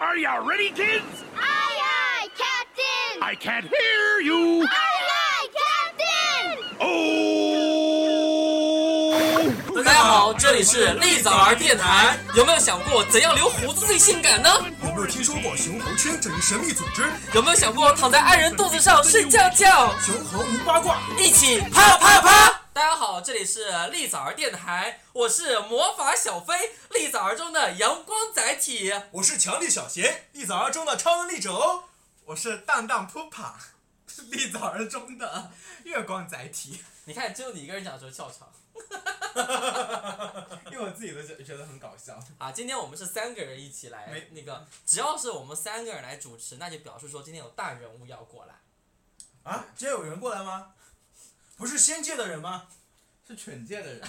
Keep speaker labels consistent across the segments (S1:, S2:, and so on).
S1: Are you ready, kids?
S2: Aye, aye, Captain!
S1: I can't hear you.
S2: Aye, aye, Captain!
S1: Oh!
S3: 大家好，这里是立早儿电台。有没有想过怎样留胡子最性感呢？
S4: 有没有听说过熊猴圈这一神秘组织？
S3: 有没有想过躺在爱人肚子上睡觉觉？
S4: 熊猴无八卦，
S3: 一起啪啪啪！大家好，这里是立早儿电台，我是魔法小飞，立早儿中的阳光载体。
S4: 我是强力小贤，立早儿中的超能力者哦。我是荡荡扑 帕，立早儿中的月光载体。
S3: 你看，只有你一个人讲的时候笑场
S4: 因为我自己都觉觉得很搞笑。
S3: 啊！今天我们是三个人一起来
S4: 没，
S3: 那个只要是我们三个人来主持，那就表示说今天有大人物要过来。
S4: 啊，今天有人过来吗？不是仙界的人吗？是犬界的人，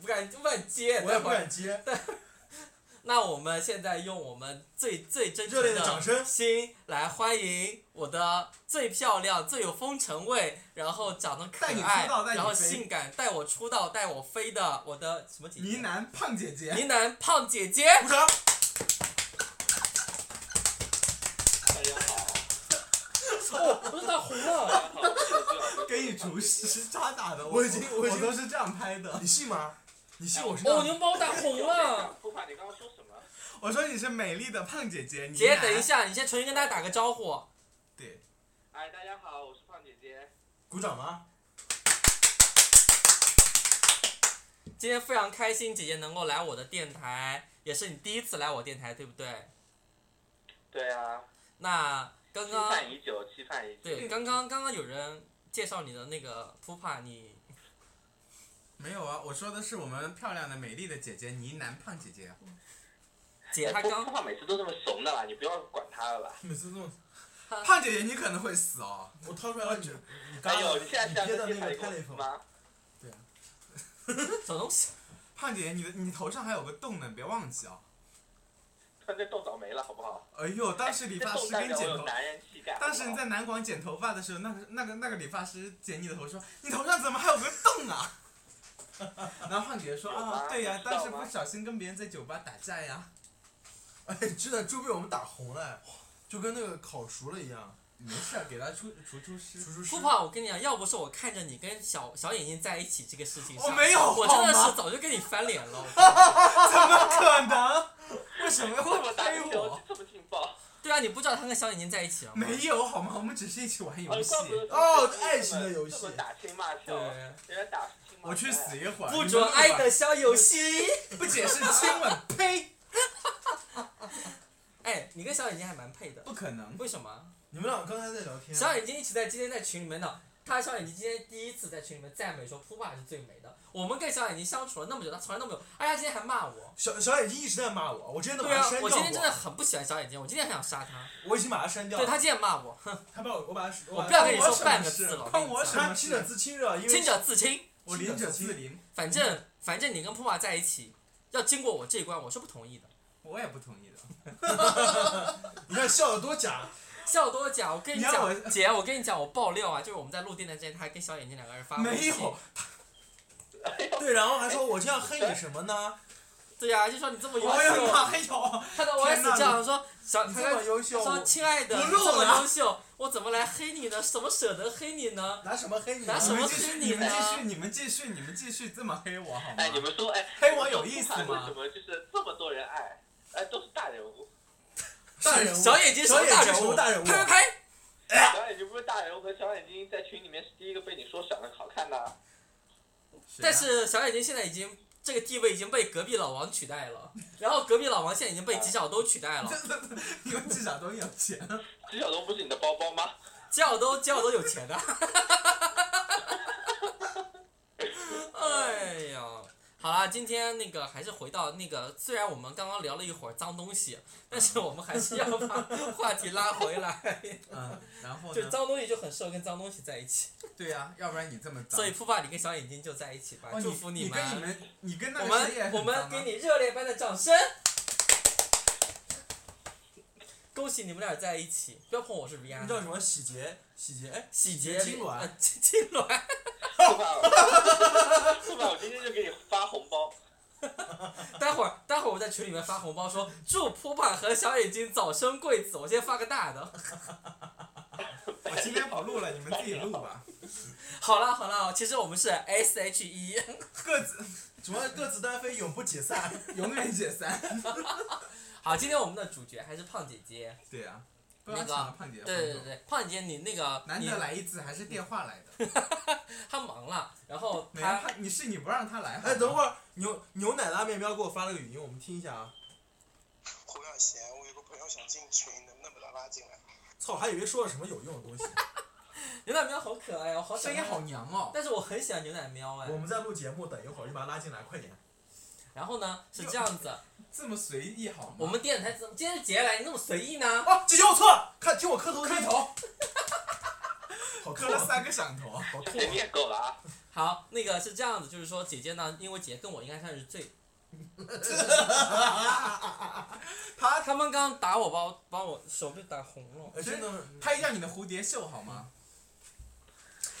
S3: 不敢不敢接，
S4: 我也不敢接。
S3: 那我们现在用我们最最真诚
S4: 热烈的掌声
S3: 心来欢迎我的最漂亮、最有风尘味，然后长得可
S4: 带你出
S3: 爱，
S4: 道带你
S3: 然后
S4: 飞
S3: 性感，带我出道带我飞的我的什么姐姐？
S5: 呢喃胖姐姐，
S3: 呢喃胖姐姐。
S4: 鼓掌！
S3: 哦，不是她红了。
S5: 给你主使渣打的，
S4: 我已经我
S5: 我
S4: 已经
S5: 都是这样拍的
S4: 你。信吗？你信我是
S3: 哦，牛毛打红了。
S6: 头发，你刚刚说什么？
S5: 我说你是美丽的胖姐姐，你
S3: 姐，等一，下，你先重新跟大家打个招呼。
S5: 对，
S6: 哎，大家好，我是胖姐姐。
S4: 鼓掌吗？
S3: 今天非常开心，姐姐能够来我的电台，也是你第一次来我电台，对不对？
S6: 对啊，
S3: 那刚
S6: 期
S5: 啊
S3: 刚
S6: 盼已久，期盼已久。
S3: 对，刚刚刚刚有人介绍你的那个 Pupa，你
S5: 没有啊，我说的是我们漂亮的美丽的姐姐呢喃胖姐姐，
S3: 姐她
S6: 哎头头
S3: 刚
S6: 发每次都这么怂的啦，你不要管他了吧。
S4: 每次 这么，
S5: 胖姐姐你可能会死哦。
S4: 我掏出来了，你你刚
S6: 哎呦，
S4: 刚
S6: 你现在是要
S4: 接的
S6: 跟电台
S4: 那
S6: 里
S4: 个
S6: 公
S4: telephone
S6: 司吗？
S3: 什么东 西？
S5: 胖姐姐，你的你头上还有个洞呢，你别忘记哦。
S6: 突然间冻倒霉了，好不好？
S5: 哎呦，当时理
S6: 这
S5: 发
S6: 冻
S5: 师
S6: 代
S5: 跟
S6: 表我
S5: 剪
S6: 有
S5: 头，
S6: 男人气概。
S5: 当时你
S6: 好
S5: 在南广剪头发的时候，那个那个那个理发师剪你的头说，你头上怎么还有个洞啊？ 然后胖姐姐说
S6: 有吗
S5: 啊，对呀、
S6: 知道
S5: 当时
S6: 吗
S5: 不小心跟别人在酒吧打架呀。
S4: 哎，真的猪被我们打红了，就跟那个烤熟了一样。没事，
S5: 啊
S4: 给他出除除湿。除 除湿。
S3: Pupa，我跟你讲，要不是我看着你跟小小眼睛在一起这个事情上，
S5: 我没有
S3: 我真的
S5: 好
S3: 是
S5: 吗
S3: 早就跟你翻脸了。我跟你讲
S5: 怎么可能？为什么
S6: 不好这么
S5: 会
S6: 打
S5: 推
S6: 不
S5: 我
S6: 球？，这么劲爆。
S3: 对啊，你不知道他跟小眼睛在一起了吗？
S5: 没有好吗？我们只是一起玩
S6: 哦
S5: 游
S6: 你
S5: 戏
S6: 怪。不得
S4: 哦
S6: 这么
S4: 爱情的游戏
S6: 这么打情骂俏，
S3: 对
S6: 人家打情骂俏。哎
S5: 我去死！一会儿！
S3: 不准爱的小游戏。
S5: 你们不解释亲吻，呸！
S3: 哎，你跟小眼睛还蛮配的，
S5: 不可能，
S3: 为什么？
S4: 你们俩刚才在聊天、啊
S3: 小眼睛一直在今天在群里面呢，他小眼睛今天第一次在群里面赞美说 Pupa 是最美的。我们跟小眼睛相处了那么久，他从来都没有，哎，他今天还骂我。
S4: 小小眼睛一直在骂我，我今天都
S3: 对
S4: 把他
S3: 啊
S4: 删，掉
S3: 我
S4: 过。
S3: 今天真的很不喜欢小眼睛，我今天很想杀他。
S4: 我已经把他删掉
S3: 对
S4: 了。
S3: 他今天骂我，
S4: 他把我我把他
S3: 我
S4: 把
S3: 不
S4: 他
S3: 要跟你
S5: 关我
S3: 说
S5: 什么
S3: 半个
S5: 事
S3: 字了。
S5: 关
S3: 我
S5: 我
S3: 跟你
S5: 什
S3: 讲
S5: 么
S4: 他亲者自亲热，因为
S3: 清者自清，
S5: 我
S4: 亲
S5: 临
S4: 者
S5: 者
S4: 自
S5: 自临，
S3: 反正反正你跟 Puma 在一起，要经过我这一关，我是不同意的。
S5: 我也不同意的。
S4: 你看笑的 多假，
S3: 笑多假，我跟你
S5: 你要
S3: 讲，
S5: 我
S3: 姐，我跟你讲，我爆料啊，就是我们在录电台之前，他还跟小眼睛两个人发微
S5: 没
S3: 信
S5: 有，，
S4: 对，然后还说我这样黑你什么 呢？
S3: 对呀、就说你这么优
S5: 我有
S3: 秀，
S5: 吗？还有，
S3: 他的 OS
S5: 天哪
S3: 这样说，小
S4: 你
S3: 他
S4: 这
S3: 说
S4: 么优秀，
S3: 说亲爱的，
S4: 不
S3: 你
S4: 录
S3: 这么
S4: 了
S3: 优秀，我怎么来黑你呢？怎么舍得黑你呢？
S4: 拿什么黑你呢？
S3: 拿什
S5: 你
S3: 么
S5: 们继续，
S3: 黑
S5: 你
S3: 你
S5: 们
S3: 呢
S5: 继续，你们继续，你们继续这么黑我好
S6: 哎，你
S5: 吗？
S6: 们说，哎，
S5: 黑我有意思吗
S6: 为什么就是这么多人爱？哎，都是大人物，
S4: 大人物？
S3: 小眼睛什
S4: 小
S3: 么
S4: 眼
S3: 大
S4: 睛
S3: 人
S4: 什
S3: 物？
S4: 么大人物
S3: 呸呸呸！
S6: 小眼睛不是大人物和小眼睛在群里面是第一个被你说长得好看的啊。
S5: 谁呀
S4: 啊
S3: 但是小眼睛现在已经这个地位已经被隔壁老王取代了，然后隔壁老王现在已经被纪晓东取代了。
S5: 你们至少都有钱。
S6: 纪晓东不是你的包包 吗？
S3: 纪晓东，纪晓东有钱啊 的。哎呀，好啦，今天那个还是回到那个，虽然我们刚刚聊了一会儿脏东西，但是我们还是要 把话题拉回来。
S5: 嗯，然后
S3: 就
S5: 呢？
S3: 脏东西就很适合跟脏东西在一起，
S5: 对
S4: 啊
S5: 呀，要不然你这么脏
S3: 所以。扑爸，你跟小眼睛就在一起吧，
S5: 哦
S3: 祝福
S5: 你跟你
S3: 们。
S5: 们，你跟那
S3: 我
S5: 个谁也
S3: 们
S5: 很
S3: 我们
S5: 脏
S3: 给
S5: 啊
S3: 你热烈般的掌声。恭喜你们俩在一起，不要碰我是 v i
S4: 那
S3: a
S4: 叫什么喜结喜
S7: 哎
S4: 结？
S3: 洗洁
S4: 金銮
S3: 呃金金銮。
S6: 是吧？是吧？我今天就给你发红包。
S3: 待会儿待会儿我在群里面发红包说祝扑帕和小眼睛早生贵子，我先发个大的。
S4: 我今天不录了，你们自己录吧。
S3: 好了好了，其实我们是 S H E，
S4: 各自
S7: 主要各自单飞，永不解散。
S4: 永远解散。
S3: 好，今天我们的主角还是胖姐姐。
S4: 对呀、不
S3: 那
S4: 要抢了
S3: 个
S4: 胖姐，
S3: 对对
S4: 胖
S3: 对，胖姐姐你那个
S4: 姐难
S3: 你
S4: 得来一次，还是电话来
S7: 嗯
S4: 的。
S3: 她忙了，然后
S4: 没啊
S3: 她
S4: 他，你是你不让他来。
S7: 哎，等会儿牛牛奶拉面喵给我发了个语音，我们听一下啊。
S8: 胡小贤，我有个朋友想进群，能不能把他拉进来？
S7: 操，还以为说了什么有用的东西。
S3: 牛奶喵好可爱哦，好想
S4: 声音
S3: 看
S4: 好，娘哦。
S3: 但是我很喜欢牛奶喵哎
S7: 我。们在录节目，等一会儿就把他拉进来，快点。
S3: 然后呢是这样子，
S4: 这么随意好吗？
S3: 我们电台怎么今天节来你那么随意呢？
S7: 啊，姐姐我错了，看听我磕头，
S4: 磕，头，
S7: 好磕
S4: 磕了三个响头。
S7: 好
S6: 这
S7: 酷
S6: 这你也够了啊！
S3: 好，那个是这样子，就是说姐姐呢，因为姐跟我应该算是最，他他们刚打我，把我把我手被打红了。
S4: 呃
S7: 哎真的，
S4: 拍一下你的蝴蝶袖好吗？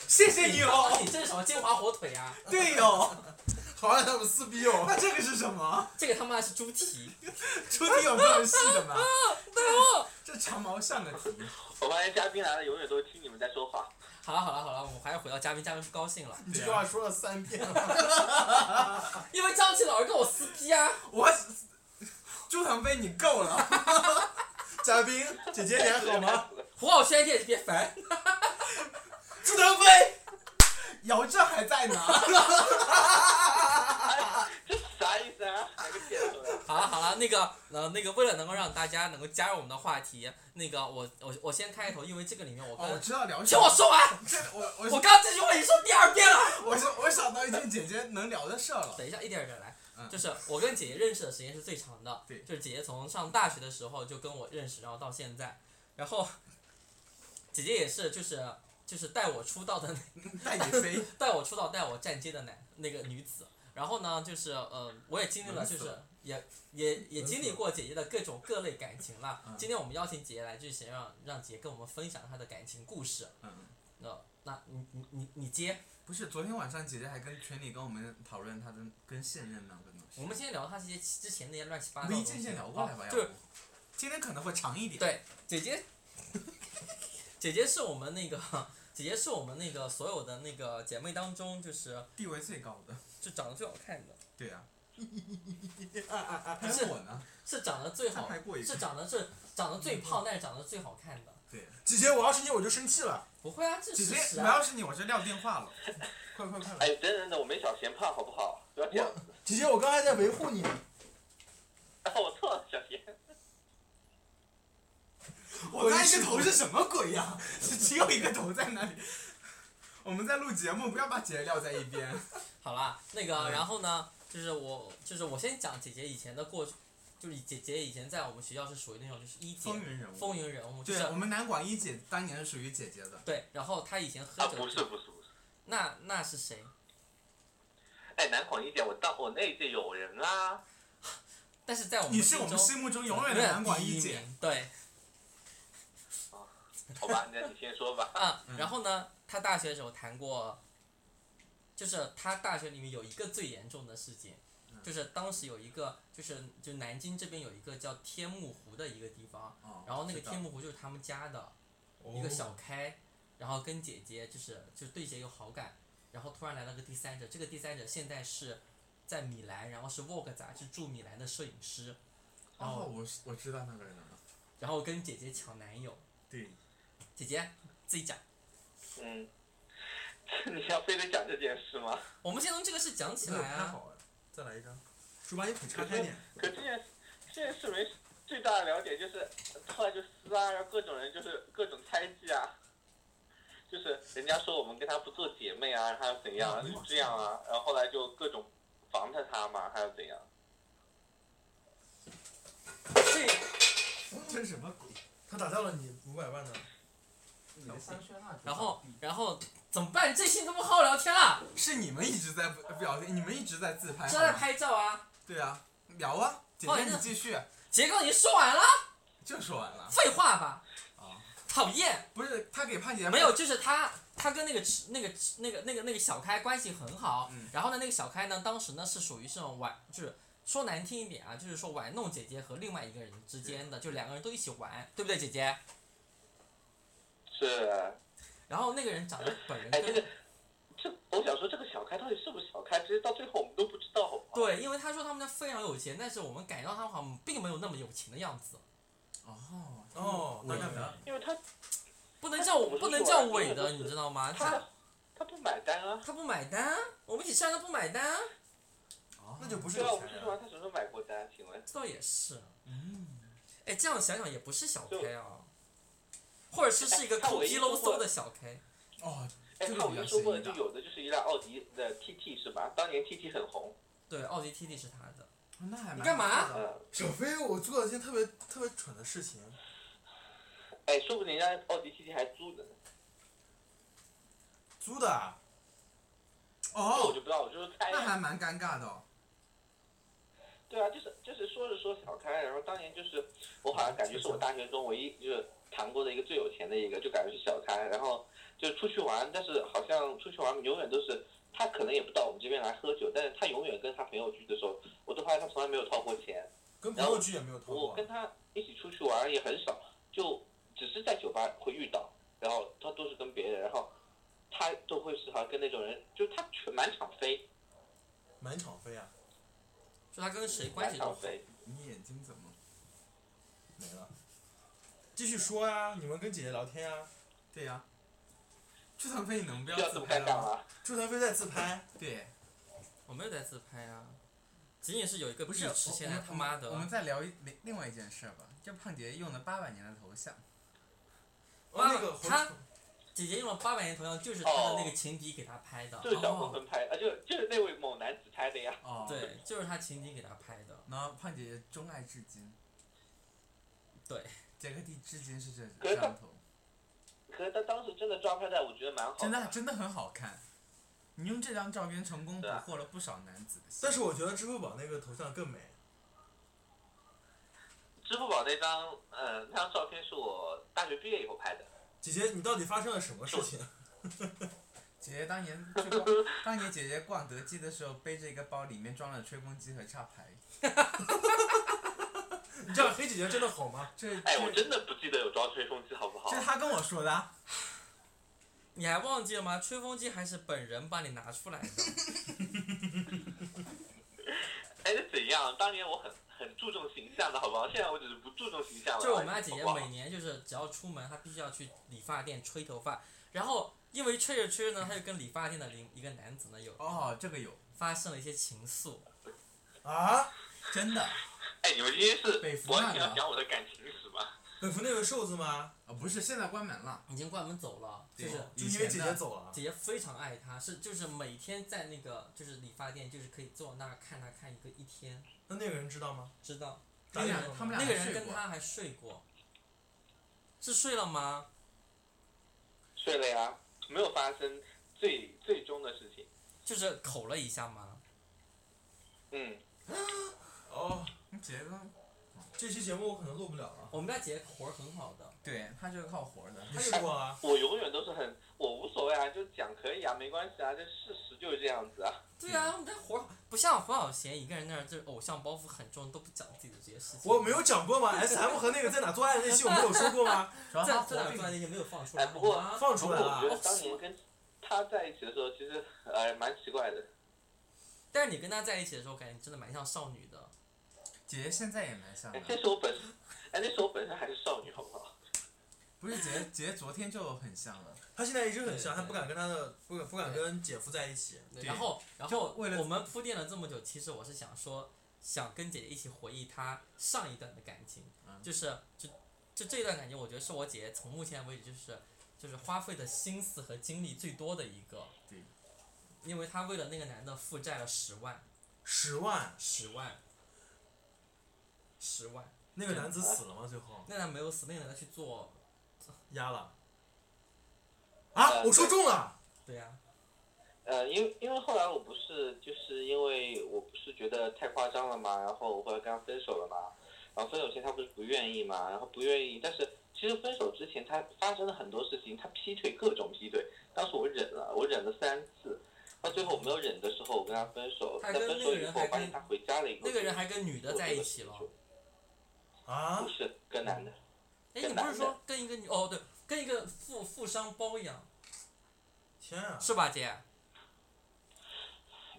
S7: 谢谢你
S3: 啊
S7: 哦，
S3: 你这是什么金华火腿啊？
S4: 对哦，
S7: 好爱他们撕逼哦。
S4: 那这个是什么？
S3: 这个他妈是猪蹄，
S4: 出题有这么细的吗？
S3: 对哦。
S4: 这长毛象的题，
S6: 我发现嘉宾来了，永远都听你们在说话。
S3: 好了好了好了，我们还是回到嘉宾，嘉宾不高兴了，啊
S7: 你
S4: 啊
S7: 这句话说了三遍了，
S3: 因为张琪老是跟我撕逼啊。
S4: 我朱腾飞你够了，
S7: 嘉宾姐姐你还好吗？
S3: 胡浩轩，你也别烦，
S7: 朱腾飞，
S4: 姚正还在呢。
S6: 哎这啥意思啊？哪个点头呀？
S3: 好了好了，那个呃那个，为了能够让大家能够加入我们的话题，那个我我我先开头，因为这个里面我
S4: 哦，我
S3: 跟
S4: 知道聊什
S3: 听
S4: 么。
S3: 我说完，
S4: 这我我
S3: 我刚刚这句话已经说第二遍了。
S4: 我想我想到一件姐姐能聊的事儿了。
S3: 等一下，一点一点来。
S4: 嗯
S3: 就是我跟姐姐认识的时间是最长的，
S4: 对
S3: 就是姐姐从上大学的时候就跟我认识，然后到现在，然后姐姐也是就是就是带我出道的那
S4: 带你 飞，
S3: 带我出道带我站街的男那个女子。然后呢，就是呃，我也经历了，
S4: 冷死
S3: 就是也也也经历过姐姐的各种各类感情了。今天我们邀请姐姐来，就是想让让姐姐跟我们分享她的感情故事。
S4: 嗯，
S3: 那那你你你你接，
S4: 不是昨天晚上姐姐还跟群里跟我们讨论她的跟现任那个东西。
S3: 我们先聊她这些之前那些乱七八
S4: 我
S3: 糟的
S4: 们
S3: 东
S4: 一
S3: 西。
S4: 件件聊过来
S3: 好
S4: 吧，
S3: 就是
S4: 要不今天可能会长一点。
S3: 对，姐姐，姐姐是我们那个，姐姐是我们那个所有的那个姐妹当中，就是
S4: 地位最高的。
S3: 就长得最好看的，
S4: 对呀、啊，
S3: 不
S4: 还
S3: 是
S4: 有我呢。
S3: 是长得最好
S4: 她拍过一，个嗯
S3: 是长得是长得最胖，但是长得最好看的。
S4: 对，
S7: 姐姐我要是你我就生气了。
S3: 不会啊，这
S4: 姐
S3: 是事
S4: 姐，
S3: 实
S4: 我
S3: 啊。
S4: 要是你，我就撂电话了。 快快快来！
S6: 哎，等等等，我没小贤胖，好不好？不要这样
S7: 我。姐姐我刚才在维护你，
S6: 啊， 我错了，小贤。
S4: 我那一个头是什么鬼呀、只有一个头在那里。我们在录节目，不要把姐姐撂在一边。
S3: 好啦，那
S4: 嗯
S3: 个，然后呢，就是我，就是我先讲姐姐以前的过去，就是姐姐以前在我们学校是属于那种就是一姐
S4: 风云人物。
S3: 风云人物，就
S4: 对，
S3: 是
S4: 我们南广一姐当年是属于姐姐的。
S3: 对。然后她以前喝
S6: 啊，
S3: 酒
S6: 不是，不是不是。
S3: 那那是谁？
S6: 哎，南广一姐，我到我那一届有人啊啦、
S3: 但是在我们
S4: 你是我
S3: 心中
S4: 们心目中永远的南广
S3: 第
S4: 一
S3: 一
S4: 姐。
S3: 名，对。
S6: 好吧，那你先说吧。
S3: 啊，
S4: 嗯
S3: 然后呢，他大学的时候谈过，就是他大学里面有一个最严重的事情，
S4: 嗯
S3: 就是当时有一个就是就南京这边有一个叫天目湖的一个地方，
S4: 哦
S3: 然后那个
S4: 知道哦
S3: 天目湖就是他们家的一个小开，然后跟姐姐就是就对姐有好感，然后突然来了个第三者，这个第三者现在是在米兰，然后是 Vogue 杂志驻米兰的摄影师，然
S4: 哦，
S3: 后
S4: 我是我知道那个人了。
S3: 然后跟姐姐抢男友，
S4: 对，
S3: 姐姐自己讲。
S6: 嗯， 你要非得讲这件事吗？
S3: 我们先从这个事讲起来
S7: 太
S3: 啊，
S7: 好了，再来一张。
S4: 猪八戒腿叉开点。
S6: 可这件这件事没最大的了解就是，后来就撕啊，然后各种人就是各种猜忌啊，就是人家说我们跟她不做姐妹啊，还要怎样，就这样啊，然后后来就各种防着她嘛，还要怎样？
S3: 这
S4: 这是什么鬼？
S7: 他打掉了你五百万呢。
S4: 你的香薰蜡烛
S3: 然后，然后怎么办？这期都不好好聊天了，
S4: 是你们一直在不表现，你们一直在自拍。
S3: 这在
S4: 哎好吗
S3: 拍照啊。
S4: 对啊，聊啊，姐
S3: 哦
S4: 姐
S3: 那
S4: 你继续，
S3: 结构已经说完了，
S4: 就说完了。
S3: 废话吧。
S4: 啊，
S3: 讨厌。
S5: 不是他给潘姐
S3: 没有，就是他，他跟那个吃那个吃那个那个那个小开关系很好。然后呢，那个小开呢，当时呢是属于是那种玩，就是说难听一点啊，就是说玩弄姐姐和另外一个人之间的，就两个人都一起玩，对不对，姐姐？
S6: 是，
S3: 然后那个人长得本人
S6: 哎，这
S3: 跟
S6: 个这我想说，这个小开到底是不是小开？其实到最后我们都不知道，好不好？
S3: 对，因为他说他们家非常有钱，但是我们感觉到他们好像并没有那么有钱的样子。
S5: 哦
S4: 哦，那
S5: 那
S4: 干
S5: 干
S4: 嘛
S5: 嘛？
S6: 因为他
S3: 不能叫我，
S6: 我
S3: 不
S6: 说
S3: 能
S6: 实
S3: 叫
S6: 话
S3: 伪
S6: 因为
S3: 的，
S6: 我
S3: 你知道 吗？
S6: 他
S3: 他
S6: 他不买单啊，
S3: 他不买单，我们一起吃饭他不买单，
S5: 那就不是
S6: 对啊，我
S5: 有
S6: 们
S5: 钱
S6: 出去
S5: 人。
S6: 玩，他什么时候买过单？请问？
S3: 这倒也是。
S5: 嗯
S3: 哎，这样想想也不是小
S6: 就
S3: K 啊，或者 是是一个
S6: 哎他
S3: 抠
S6: 唯
S3: 逼
S6: 一
S3: 啰
S6: 说过
S3: 嗦的小 K。
S5: 哦，
S6: 哎，
S5: 这个
S6: 看我
S5: 比较
S6: 们说过的，
S5: 便宜
S6: 就
S5: 的
S6: 有的就是一辆奥迪的 TT 是吧？当年 TT 很红，
S3: 对，奥迪 TT 是他的。
S5: 那还蛮
S3: 你干嘛
S5: 好的？
S6: 嗯，
S5: 小飞，我做了一件特别特别蠢的事情。
S6: 哎，说不定人家奥迪 TT 还租的呢，
S5: 租的啊。
S6: 这我
S5: 哦，
S6: 就不知道，我就是猜
S5: 那还
S6: 呀。
S5: 蛮尴尬的哦。
S6: 对啊，就是就是说着说小开，然后当年就是我好像感觉是我大学中唯一就是谈过的一个最有钱的一个，就感觉是小开，然后就是出去玩，但是好像出去玩永远都是。他可能也不到我们这边来喝酒，但是他永远跟他朋友聚的时候，我都发现他从来没有掏过钱。
S5: 跟朋友聚也没有投
S6: 我
S5: 过。啊
S6: 跟他一起出去玩也很少，就只是在酒吧会遇到，然后他都是跟别人，然后他都会是好像跟那种人，就是他全满场飞，
S5: 满场飞啊！
S3: 就他跟谁关
S6: 满
S3: 系都
S6: 场
S3: 好，
S6: 飞。
S5: 你眼睛怎么没了？
S4: 继续说呀，你们跟姐姐聊天呀。
S5: 啊对呀、朱腾飞，你能不
S6: 不要
S5: 自
S6: 这么
S5: 拍
S6: 尴
S5: 了
S6: 尬
S5: 吗？
S6: 吗？
S4: 朱腾飞在自拍，
S5: 对，
S3: 我没有在自拍啊，仅仅是有一个
S5: 不
S3: 壁
S5: 是，
S3: 纸，
S5: 我
S3: 现在他妈的
S5: 我们我们再聊一另另外一件事吧，就胖姐用了八百年的头像。
S4: 哦，那个
S3: 妈
S4: 猴
S3: 他
S4: 子
S3: 姐姐用了八百年头像，就是他的那
S6: 哦
S3: 个情敌给他拍的，
S6: 就是小混混拍，啊，就就是那位某男子拍的呀。
S5: 哦，。
S3: 对，就是他情敌给他拍的。
S5: 然后胖姐姐钟爱至今。
S3: 对。
S5: 杰克蒂至今是这
S6: 可
S5: 这
S6: 是他
S5: 张头，
S6: 可是他当时真的抓拍在，我觉得蛮好
S5: 真的
S6: 的。
S5: 真的很好看。你用这张照片成功捕
S6: 对啊
S5: 获了不少男子的心。
S4: 但是我觉得支付宝那个头像更美。
S6: 支付宝那张，嗯，那张照片是我大学毕业以后拍的。
S4: 姐姐，你到底发生了什么事 情？
S5: 姐姐当年去逛，当年姐姐逛德基的时候，背着一个包，里面装了吹风机和插排。
S4: 你知道黑姐姐真的好吗？
S5: 这
S6: 哎，我
S5: 这
S6: 真的不记得有装吹风机，好不好
S5: 这？是他跟我说的啊。
S3: 你还忘记了吗？吹风机还是本人帮你拿出来的。
S6: 哎，那怎样？当年我很很注重形象的，好不好？现在我只是不注重形象了。
S3: 就是我们家姐姐
S6: 好不好
S3: 每年就是只要出门，她必须要去理发店吹头发，然后因为吹着吹着呢，她就跟理发店的另一个男子呢有
S5: 哦，这个有，
S3: 发生了一些情愫。
S4: 啊，
S5: 真的啊、
S6: 哎，你们今天是
S5: 被俘
S6: 完
S5: 纳
S6: 全要
S5: 了
S6: 讲我的感情史吧？
S4: 本福那个瘦子吗？
S5: 哦不是，现在关门了。
S3: 已经关门走了，就
S5: 对
S3: 是
S4: 就
S5: 以
S4: 因为
S5: 前
S4: 姐
S5: 的
S4: 姐走了。
S3: 姐姐非常爱他，是就是每天在那个就是理发店，就是可以坐那儿看他看一个一天，
S4: 那那个人知道吗？
S3: 知道？
S5: 他们
S4: 打
S5: 俩
S4: 电话，
S5: 他们俩
S3: 那个人
S5: 睡
S3: 跟
S5: 过
S3: 他还睡过，是睡了吗？
S6: 睡了呀，没有发生最最终的事情。
S3: 就是口了一下吗？
S6: 嗯，
S4: 哦，
S5: 你姐姐
S4: 这期节目我可能录不了了。
S3: 我们家姐姐活儿很好的，
S5: 对，他就是靠活的。
S4: 他有过啊，
S6: 我永远都是很，我无所谓啊，就讲可以啊，没关系啊，这事实就是这样子啊。
S3: 对啊，我们家活儿好不像黄晓贤一个人那儿，就是偶像包袱很重，都不讲自己的这些事情。
S4: 我没有讲过吗？S M 和那个在哪做爱的那期我没有说过 吗？
S5: 主要他
S3: 在
S5: 活
S3: 在哪
S5: 并
S3: 钻研也没有放出
S6: 哎
S3: 来，
S6: 不
S3: 好
S6: 过
S3: 吗
S4: 放
S6: 不
S4: 出
S6: 过
S4: 来
S6: 我觉
S4: 了。
S6: 得当年跟他在一起的时候，其实呃蛮奇怪的。
S3: 但是你跟他在一起的时候，感觉你真的蛮像少女的。
S5: 姐姐现在也蛮像
S4: 啊
S6: 哎，那
S5: 的，
S6: 时候本身，哎，那时候本身还是少女，好不好？
S5: 不是姐姐，姐姐昨天就很像了。
S4: 他现在一直很像，
S3: 对
S4: 他不敢跟他的不敢不敢跟姐夫在一起。
S3: 然后，然后
S5: 为了
S3: 我们铺垫了这么久，其实我是想说，想跟姐姐一起回忆她上一段的感情，
S5: 嗯
S3: 就是就就这段感情，我觉得是我姐姐从目前为止就是就是花费的心思和精力最多的一个。
S5: 对，
S3: 因为她为了那个男的负债了十万，
S4: 十万，
S3: 十万，十万。
S4: 那个男子死了吗？最后
S3: 那男没有死，那个男的去做，
S4: 压了。啊，我说中了。
S3: 对呀、
S6: 呃，因为因为后来我不是就是因为我不是觉得太夸张了嘛，然后我后来跟他分手了嘛，然后分手前他不是不愿意嘛，然后不愿意，但是其其实分手之前他发生了很多事情，他劈腿各种劈腿，当时我忍了，我忍了三次，到最后我没有忍的时候，我跟他分手。
S3: 他
S6: 那
S3: 跟
S6: 分
S3: 那
S6: 手
S3: 个
S6: 以
S3: 人
S6: 后，
S3: 还
S6: 我发
S3: 跟
S6: 现他回家了以后，
S3: 那个人还跟女的
S6: 我
S3: 在
S6: 真
S3: 一
S6: 的
S3: 起了。啊
S4: 啊
S6: 不，是跟男的，
S3: 哎，你不是说跟一个女哦对，跟一个富富商包养
S4: 天啊！
S3: 是吧，姐？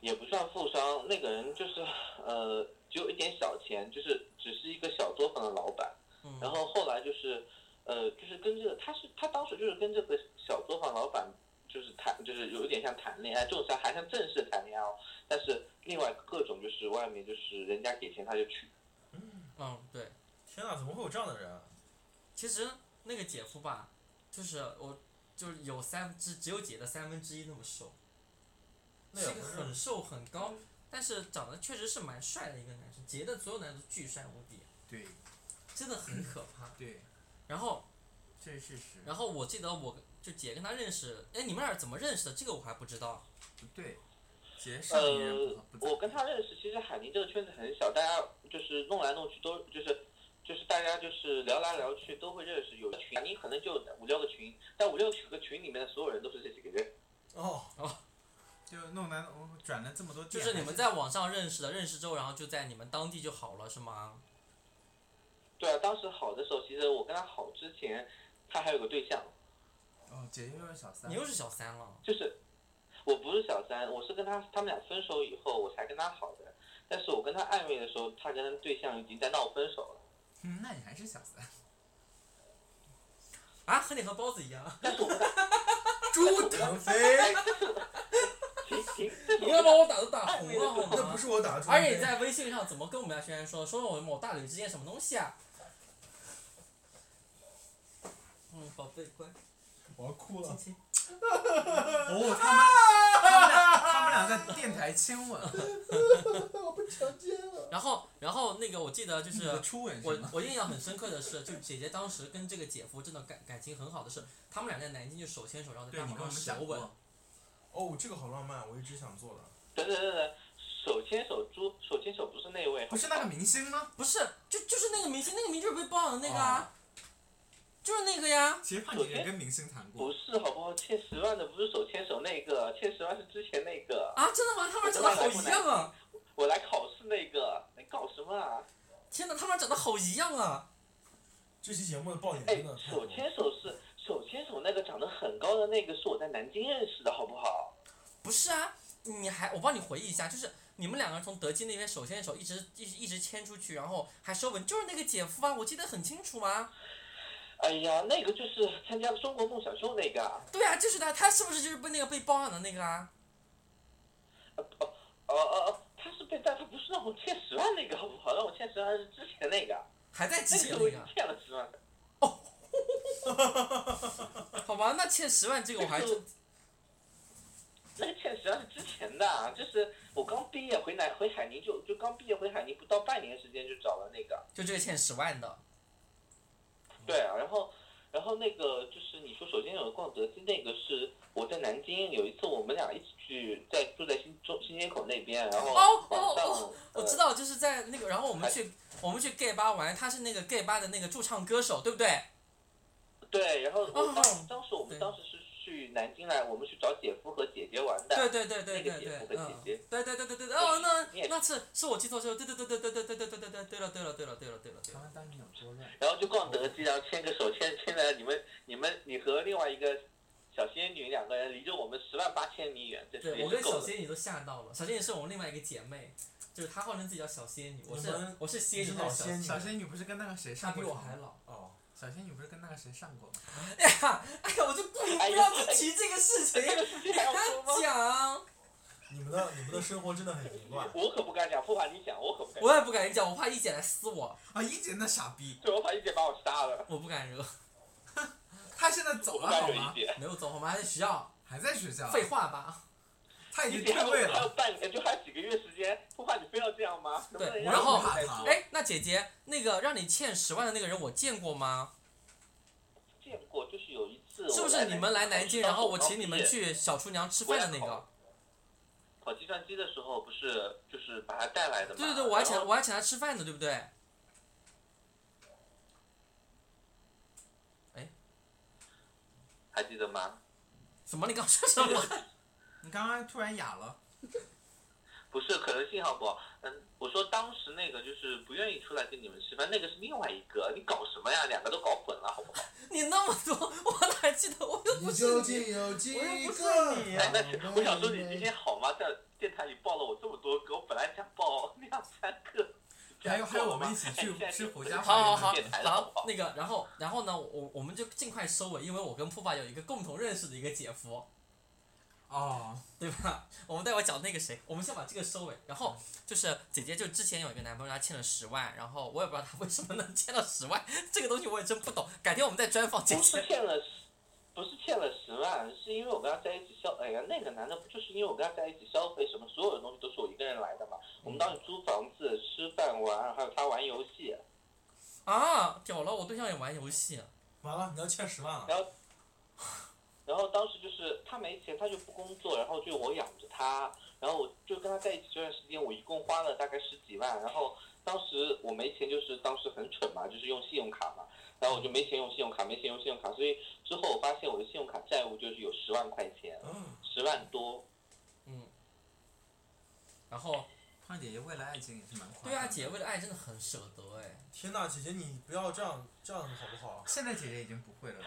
S6: 也不算富商，那个人就是呃，只有一点小钱，就是只是一个小作坊的老板。
S3: 嗯，
S6: 然后后来就是，呃，就是跟这个，他是他当时就是跟这个小作坊老板就是谈，就是有一点像谈恋爱，这种像还像正式谈恋爱哦。但是另外各种就是外面就是人家给钱他就去，
S3: 嗯，对，
S4: 天啊，怎么会有这样的人啊？
S3: 其实那个姐夫吧，就是我就是有三只只有姐的三分之一那么瘦，
S4: 那
S3: 是
S4: 也
S3: 一个
S4: 不是嗯
S3: 很瘦很高，但是长得确实是蛮帅的一个男生，姐的所有男的都巨帅无比，
S5: 对
S3: 真的很可怕。
S5: 对，
S3: 然后
S5: 这是事实。
S3: 然后我记得我就姐跟他认识，哎，你们俩是怎么认识的？这个我还不知道。
S5: 不对，杰上一任
S6: 呃
S5: 不好，不咋
S6: 我跟他认识，其实海宁这个圈子很小，大家就是弄来弄去都就是就是大家就是聊来聊去都会认识，有的群你可能就五六个群，但五六个群里面的所有人都是这几个人。
S4: 哦，
S5: 就弄来我转了这么多
S3: 就
S5: 店，
S3: 是你们在网上认识的，认识之后，然后就在你们当地就好了，是吗？
S6: 对啊，当时好的时候，其实我跟他好之前，他还有个对象，
S5: 哦，杰又是小三
S3: 你，又是小三了，
S6: 就是我不是小三，我是跟他他们俩分手以后我才跟他好的，但是我跟他暧昧的时候，他跟他对象已经在闹分手了。
S5: 嗯那你还是小三，
S3: 啊，和你和包子一样。
S4: 朱 腾飞，
S6: 停停，这
S3: 你
S6: 种
S3: 要把我打都打红了好
S4: 那
S3: 吗
S4: 不？是我打的朱腾
S3: 而且
S4: 飞
S3: 你，在微信上怎么跟我们家轩轩说，说我某大吕之间什么东西啊？嗯，宝贝乖，
S4: 我要哭
S3: 亲
S4: 了。
S3: 亲。
S5: 哦，他们他们俩他们俩在电台亲吻，
S3: 然后，然后那个我记得就
S5: 你
S3: 是
S5: 的初吻是
S3: 我
S5: 吗？
S3: 我印象很深刻的是，就姐姐当时跟这个姐夫真的感感情很好的是，他们俩在南京就手牵手，然后在
S5: 对
S3: 大
S5: 你
S3: 马
S5: 跟我
S3: 路
S5: 们
S3: 舌
S5: 讲
S3: 吻。
S5: 过，
S4: 哦，这个好浪漫，我一直想做的。
S6: 等等等等，手牵手猪，手牵手不是那位，
S5: 不是那个明星吗？
S3: 不是，就就是那个明星，那个明星就是被包养的那个啊，
S5: 哦
S3: 就是那个呀。
S5: 其实胖姐也跟明星谈过
S6: 不，是好不好？欠十万的不是手牵手那个，欠十万是之前那个，
S3: 啊，真的吗？他们俩长得好一样啊！
S6: 我来考试那个，你搞什么啊？
S3: 天哪，他们俩长得好一样啊！
S4: 这期节目的爆点
S6: 哎
S4: 真的，太多
S6: 手
S4: 了
S6: 牵手是手牵手那个长得很高的那个是我在南京认识的，好不好？
S3: 不是啊，你还我帮你回忆一下，就是你们两个人从德基那边手牵手一直一直一直牵出去，然后还收吻，就是那个姐夫啊，我记得很清楚啊。
S6: 哎呀，那个就是参加中国梦想秀那个啊，
S3: 对啊，就是他，他是不是就是被那个被包养的那个啊？
S6: 哦哦哦，他是被但他不是让我欠十万那个，好不好？让我欠十万是之前那个，
S3: 还在之前
S6: 那个是
S3: 那
S6: 我已经
S3: 个，
S6: 欠了十万。
S3: 好吧，那欠十万这个我还 真
S6: 那个欠十万是之前的啊，就是我刚毕业回南回海宁就就刚毕业回海宁不到半年时间就找了那个，
S3: 就这个欠十万的，嗯
S6: 对啊，然后然后那个就是你说手牵手逛德基那个是我在南京有一次我们俩一起去在住在新中新街口那边，然后
S3: 哦哦
S6: 晚上、
S3: 哦
S6: 呃
S3: 我
S6: 哎
S3: 知道，就是在那个，然后我们去我们去 gay 吧玩，他是那个 gay 吧的那个驻唱歌手，对不对？
S6: 对，然后我当、
S3: 哦
S6: 当时我
S3: 对
S6: 们当时是去南京来，我们去找姐夫和姐姐玩的。
S3: 对对对对
S6: 呃
S3: 对
S6: 那个姐夫
S3: 对，嗯，
S6: 跟姐
S3: 对
S6: 姐
S3: 对对对对对，哦，那
S6: 你也
S3: 那次是我记错，就对对对对对对对对对对对对了对了对了对了对了对
S5: 他
S3: 了，
S5: 们当年有多 乱。
S6: 然后就逛德基，然后牵个手，牵牵了你们你们你和另外一个小仙女两个人离着我们十万八千米远，这是
S3: 对
S6: 也
S3: 我
S6: 是
S3: 跟
S6: 哎够
S3: 小
S6: 的。
S3: 仙女都吓到了，小仙女是我们另外一个姐妹，就是她号称自己叫小仙女，我是
S4: 你们
S3: 我是仙
S4: 你
S3: 女，
S4: 是
S3: 她
S4: 老
S3: 是
S4: 仙女
S5: 小仙女不是跟那个谁
S3: 她
S5: 上
S3: 比
S5: 过
S3: 我
S5: 床
S3: 还
S5: 吗？
S3: 老。
S4: 哦，
S5: 小仙女不是跟那个谁上过吗？
S3: 哎呀，哎呀，我就故意不让你
S6: 哎
S3: 提这个事情，
S6: 这个事情 还要说吗
S3: 他？讲。
S4: 你们的你们的生活真的很凌乱。
S6: 我可不敢讲，不怕你讲，我可不敢讲。
S3: 我也不敢讲，我怕一姐来撕我，
S5: 啊，一姐那傻逼，
S6: 最后怕一姐把我杀了，
S3: 我不敢惹，
S5: 她现在走
S6: 我不
S5: 了
S6: 敢
S5: 好
S6: 惹一
S5: 吗？
S6: 姐。
S3: 没有走，我们还在学
S6: 啊
S3: 校。
S5: 还在学
S4: 啊
S5: 校，
S3: 废话吧，
S5: 她已
S6: 一
S5: 经
S6: 姐还
S5: 退
S6: 有
S5: 位
S6: 还有
S5: 了。
S6: 半年，就还有几个月时间，不怕你非要这样吗？能不能
S3: 对
S6: 让
S3: 然后
S6: 我再说
S3: 哎，那姐姐，那个让你欠十万的那个人，我见过吗？
S6: 见过，就是有一次
S3: 是不
S6: 我
S3: 是你们来南京，然后我请你们
S6: 去。
S3: 去小厨娘吃饭的那
S6: 我也
S3: 个
S6: 好？考计算机的时候，不是就是把他带来的吗？
S3: 对对对，我还请
S6: 然后
S3: 我还请她吃饭的，对不对？
S6: 还记得吗？
S3: 什么？你刚说什么？
S4: 你刚刚突然哑了，
S6: 不是，可能信号不好。嗯，我说当时那个就是不愿意出来跟你们吃饭，那个是另外一个。你搞什么呀？两个都搞混了，好不好？
S3: 你那么多，我哪记得？我又不
S9: 你
S3: 是
S9: 究
S3: 你
S9: 竟有几
S3: 我又不是
S9: 个？
S3: 你
S6: 哎，但是 我想说，你今天好吗？在电台里报了我这么多个，我本来想报两三个。
S4: 还有还有我们一起 去吃啊
S6: 回
S4: 回家
S3: 好好
S4: 好
S3: 好
S6: 电台，了，好
S3: 好
S6: 不好？
S3: 那个，然后然后呢，我我们就尽快收尾，因为我跟铺爸有一个共同认识的一个姐夫，
S4: 哦，
S3: 对吧？我们待会讲那个谁，我们先把这个收尾。然后就是姐姐就之前有一个男朋友，他欠了十万，然后我也不知道他为什么能欠到十万， 这个东西我也真不懂。改天我们再专访嗯姐
S6: 不是
S3: 姐。
S6: 欠了十，不是欠了十万，是因为我跟他在一起消，哎呀，那个男的不就是因为我跟他在一起消费，什么所有的东西都是我一个人来的嘛？我们当时租房子、吃饭、玩，还有他玩游戏，
S3: 啊，屌了！我对象也玩游戏，
S4: 完了，你要欠十万了。
S6: 然后，然后当时就是他没钱，他就不工作，然后就我养着他，然后我就跟他在一起这段时间，我一共花了大概十几万，然后当时我没钱，就是当时很蠢嘛，就是用信用卡嘛，然后我就没钱用信用卡，没钱用信用卡，所以之后我发现我的信用卡债务就是有十万块钱，
S4: 嗯，
S6: 十万多，
S3: 嗯然后
S4: 胖姐姐未来爱情也是蛮快。
S3: 对啊，姐，为了爱真的很舍得哎。
S9: 天呐，姐姐你不要这样，这样好不好？嗯
S4: 现在姐姐已经不会了，